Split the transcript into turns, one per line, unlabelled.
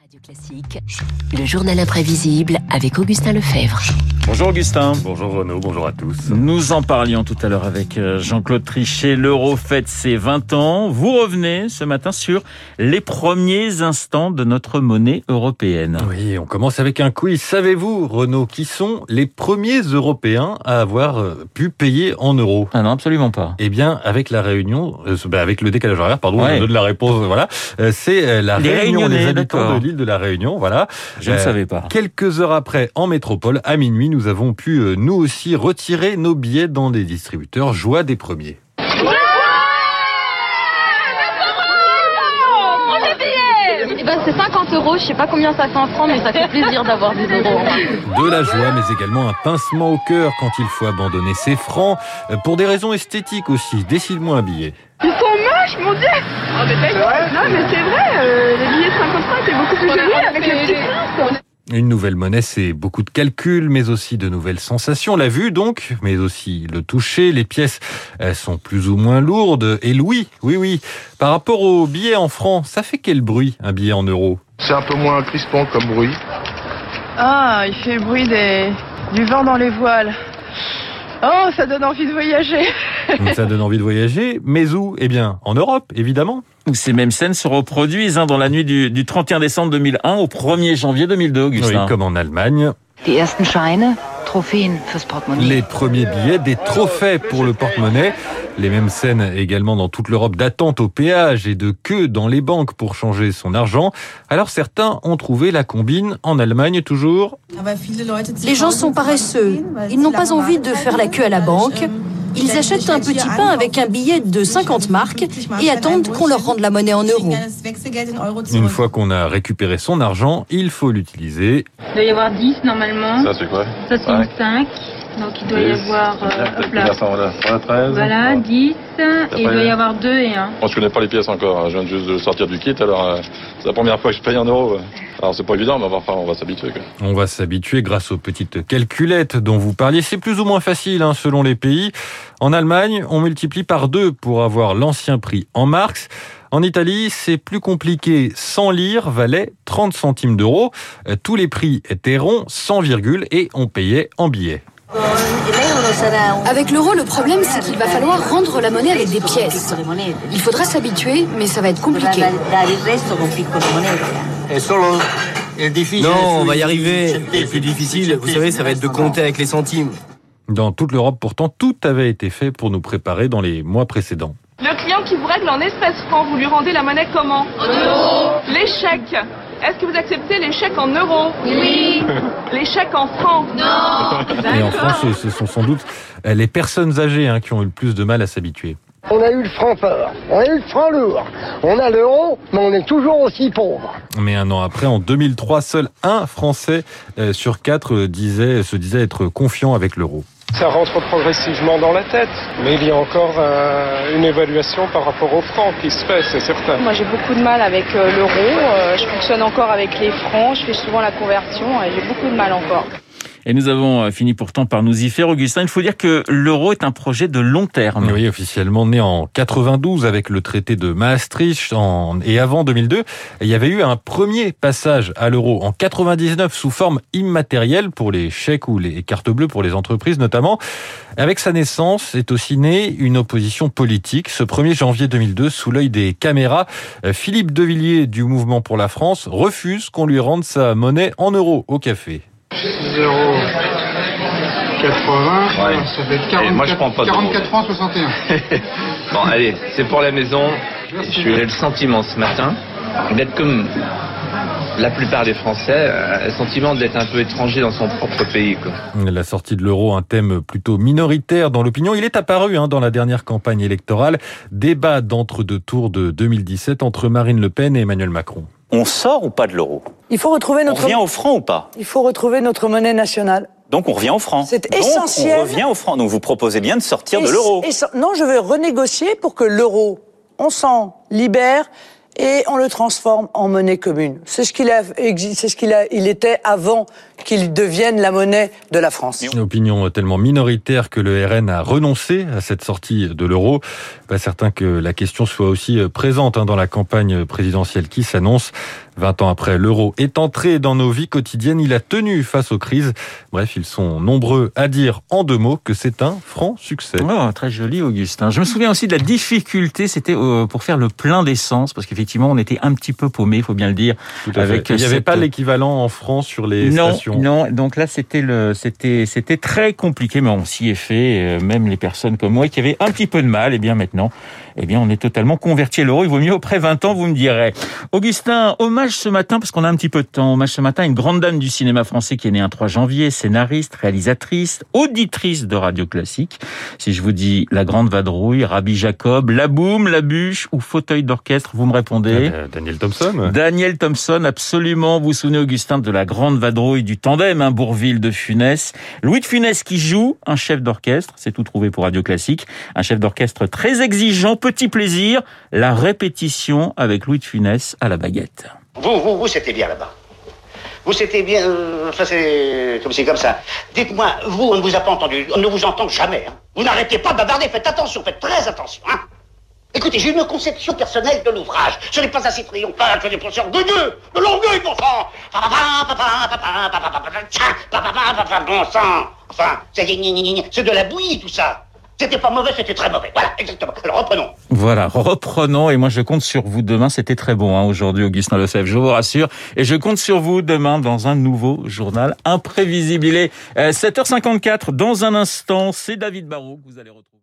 Radio Classique, le journal imprévisible avec Augustin Lefebvre.
Bonjour Augustin.
Bonjour Renaud, bonjour à tous.
Nous en parlions tout à l'heure avec euh, Jean-Claude Trichet. L'euro fête ses 20 ans. Vous revenez ce matin sur les premiers instants de notre monnaie européenne.
Oui, on commence avec un quiz. Savez-vous, Renaud, qui sont les premiers Européens à avoir euh, pu payer en euros
Ah non, absolument pas.
Eh bien, avec la réunion, euh, bah, avec le décalage horaire, pardon,
Ouais.
je donne la réponse, voilà. Euh, C'est euh, la
Les
réunion des
Réunionnais,
habitants
d'accord.
de l'île de la Réunion, voilà.
Je ne
Euh,
savais pas.
Quelques heures après, en métropole, à minuit, nous avons pu, euh, nous aussi, retirer nos billets dans des distributeurs. Joie des premiers.
Eh ben c'est 50 euros, je sais pas combien ça fait en francs, mais ça fait plaisir d'avoir des euros.
De la joie, mais également un pincement au cœur quand il faut abandonner ses francs, euh, pour des raisons esthétiques aussi. Décide-moi un billet.
Ils sont moches, mon dieu Non mais c'est vrai, euh, le billet de 55 est beaucoup plus joli avec le petit
Une nouvelle monnaie, c'est beaucoup de calculs, mais aussi de nouvelles sensations. La vue, donc, mais aussi le toucher. Les pièces elles sont plus ou moins lourdes. Et l'ouïe, oui, oui. Par rapport au billet en francs, ça fait quel bruit, un billet en euros
C'est un peu moins crispant comme bruit.
Ah, il fait le bruit des... du vent dans les voiles. Oh, ça donne envie de voyager
Donc, Ça donne envie de voyager. Mais où Eh bien, en Europe, évidemment.
Ces mêmes scènes se reproduisent hein, dans la nuit du, du 31 décembre 2001 au 1er janvier 2002,
Oui,
Augustin.
comme en Allemagne.
Die ersten Scheine, Trophäen fürs Portemonnaie.
Les premiers billets, des trophées pour le porte-monnaie. Les mêmes scènes également dans toute l'Europe d'attente au péage et de queue dans les banques pour changer son argent. Alors certains ont trouvé la combine en Allemagne toujours.
Les gens sont paresseux. Ils n'ont pas envie de faire la queue à la banque. Ils achètent un petit pain avec un billet de 50 marques et attendent qu'on leur rende la monnaie en euros.
Une fois qu'on a récupéré son argent, il faut l'utiliser.
Il doit y avoir 10 normalement,
Ça, c'est quoi
ça c'est
Ouais.
une 5, donc il doit y avoir... euh, hop là.
113.
Voilà, 10, et il
pas
doit
eu-
y avoir 2 et 1.
Bon, je connais pas les pièces encore. hein. Je viens juste de sortir du kit, alors euh, c'est la première fois que je paye en euros. ouais. Alors c'est pas évident, mais enfin, on va s'habituer. quoi.
On va s'habituer grâce aux petites calculettes dont vous parliez. C'est plus ou moins facile hein, selon les pays. En Allemagne, on multiplie par deux pour avoir l'ancien prix en marx. En Italie, c'est plus compliqué. 100 lire valait 30 centimes d'euros. Euh, Tous les prix étaient ronds, sans virgule, et on payait en billets.
Avec l'euro, le problème, c'est qu'il va falloir rendre la monnaie avec des pièces. Il faudra s'habituer, mais ça va être compliqué.
Non, on va y arriver. Le plus difficile, vous savez, ça va être de compter avec les centimes.
Dans toute l'Europe, pourtant, tout avait été fait pour nous préparer dans les mois précédents.
Le client qui vous règle en espèces francs, vous lui rendez la monnaie comment En euros Les chèques Est-ce que vous acceptez les chèques en euros Oui Les chèques en francs Non
Et en France, ce sont sans doute euh, les personnes âgées hein, qui ont eu le plus de mal à s'habituer.
On a eu le franc fort, on a eu le franc lourd, on a l'euro, mais on est toujours aussi pauvre.
Mais un an après, en 2003, seul un Français euh, sur quatre euh, disait, se disait être confiant avec l'euro.
Ça rentre progressivement dans la tête, mais il y a encore euh, une évaluation par rapport au franc qui se fait, c'est certain.
Moi j'ai beaucoup de mal avec euh, l'euro, Euh, je fonctionne encore avec les francs, je fais souvent la conversion et j'ai beaucoup de mal encore.
Et nous avons euh, fini pourtant par nous y faire, Augustin. Il faut dire que l'euro est un projet de long terme.
Ah, Oui, officiellement né en 92 avec le traité de Maastricht en- et avant 2002, il y avait eu un premier passage à l'euro en 99 sous forme immatérielle pour les chèques ou les cartes bleues pour les entreprises notamment. Avec sa naissance est aussi née une opposition politique. Ce 1er janvier 2002, sous l'œil des caméras, euh, Philippe Devilliers du Mouvement pour la France refuse qu'on lui rende sa monnaie en euros au café.
80,
Ouais.
ça fait
Et
44,
moi, je prends pas de
44 francs 61.
Bon, allez, c'est pour la maison. J'ai le sentiment ce matin d'être comme la plupart des Français, le sentiment d'être un peu étranger dans son propre pays.
La sortie de l'euro, un thème plutôt minoritaire dans l'opinion, il est apparu hein, dans la dernière campagne électorale. Débat d'entre-deux tours de 2017 entre Marine Le Pen et Emmanuel Macron.
On sort ou pas de l'euro
Il faut retrouver
On revient au franc ou pas
il faut retrouver notre monnaie nationale.
Donc on revient au franc.
C'est
Donc
essentiel.
On revient au franc. Donc vous proposez bien de sortir de l'euro.
non, je veux renégocier pour que l'euro, on s'en libère et on le transforme en monnaie commune. C'est ce qu'il a, c'est ce qu'il a, il était avant qu'il devienne la monnaie de la France.
Une opinion tellement minoritaire que le RN a renoncé à cette sortie de l'euro. Pas certain que la question soit aussi présente hein, dans la campagne présidentielle qui s'annonce. 20 ans après, l'euro est entré dans nos vies quotidiennes. Il a tenu face aux crises. Bref, ils sont nombreux à dire en deux mots que c'est un franc succès.
Oh, très joli, Augustin. Je me souviens aussi de la difficulté, c'était euh, pour faire le plein d'essence, parce qu'effectivement, on était un petit peu paumé, il faut bien le dire.
Tout à
avec
fait. Il n'y avait
cette- euh,
pas l'équivalent en France sur les
non,
stations.
Non, donc là c'était le, c'était, c'était très compliqué, mais on s'y est fait. euh, Même les personnes comme moi qui avaient un petit peu de mal, et bien maintenant, eh bien on est totalement converti à l'euro. Il vaut mieux après 20 ans, vous me direz. Augustin, hommage ce matin parce qu'on a un petit peu de temps. Hommage ce matin à une grande dame du cinéma français qui est née un 3 janvier, scénariste, réalisatrice, auditrice de radio classique. Si je vous dis La Grande Vadrouille, Rabbi Jacob, La Boum, La Bûche ou Fauteuil d'orchestre, vous me répondez.
Euh, Daniel Thompson
Daniel Thompson, absolument. Vous vous souvenez, Augustin, de la grande vadrouille du tandem, hein, Bourville de Funès. Louis de Funès qui joue un chef d'orchestre, c'est tout trouvé pour Radio Classique. Un chef d'orchestre très exigeant, petit plaisir, la répétition avec Louis de Funès à la baguette.
Vous, vous, vous, c'était bien là-bas. Vous, c'était bien. euh, Enfin, c'est comme c'est comme ça. Dites-moi, vous, on ne vous a pas entendu. On ne vous entend jamais. hein. Vous n'arrêtez pas de bavarder. Faites attention, faites très attention. Hein. Écoutez, j'ai une conception personnelle de l'ouvrage. Ce n'est pas assez triomphal que des penseurs de Dieu, de l'orgueil, bon sang. Papapam, papam, papam, papapam, papam, tcha, papapam, papam, Bon sang. Enfin, c'est gna, gna, gna, gna. C'est de la bouillie, tout ça. C'était pas mauvais, c'était très mauvais. Voilà, exactement. Alors, reprenons.
Voilà, reprenons et moi je compte sur vous demain. C'était très bon hein, aujourd'hui, Augustin Lefebvre, je vous rassure. Et je compte sur vous demain dans un nouveau journal imprévisible. Il est euh, 7h54. Dans un instant, c'est David Barrault que vous allez retrouver.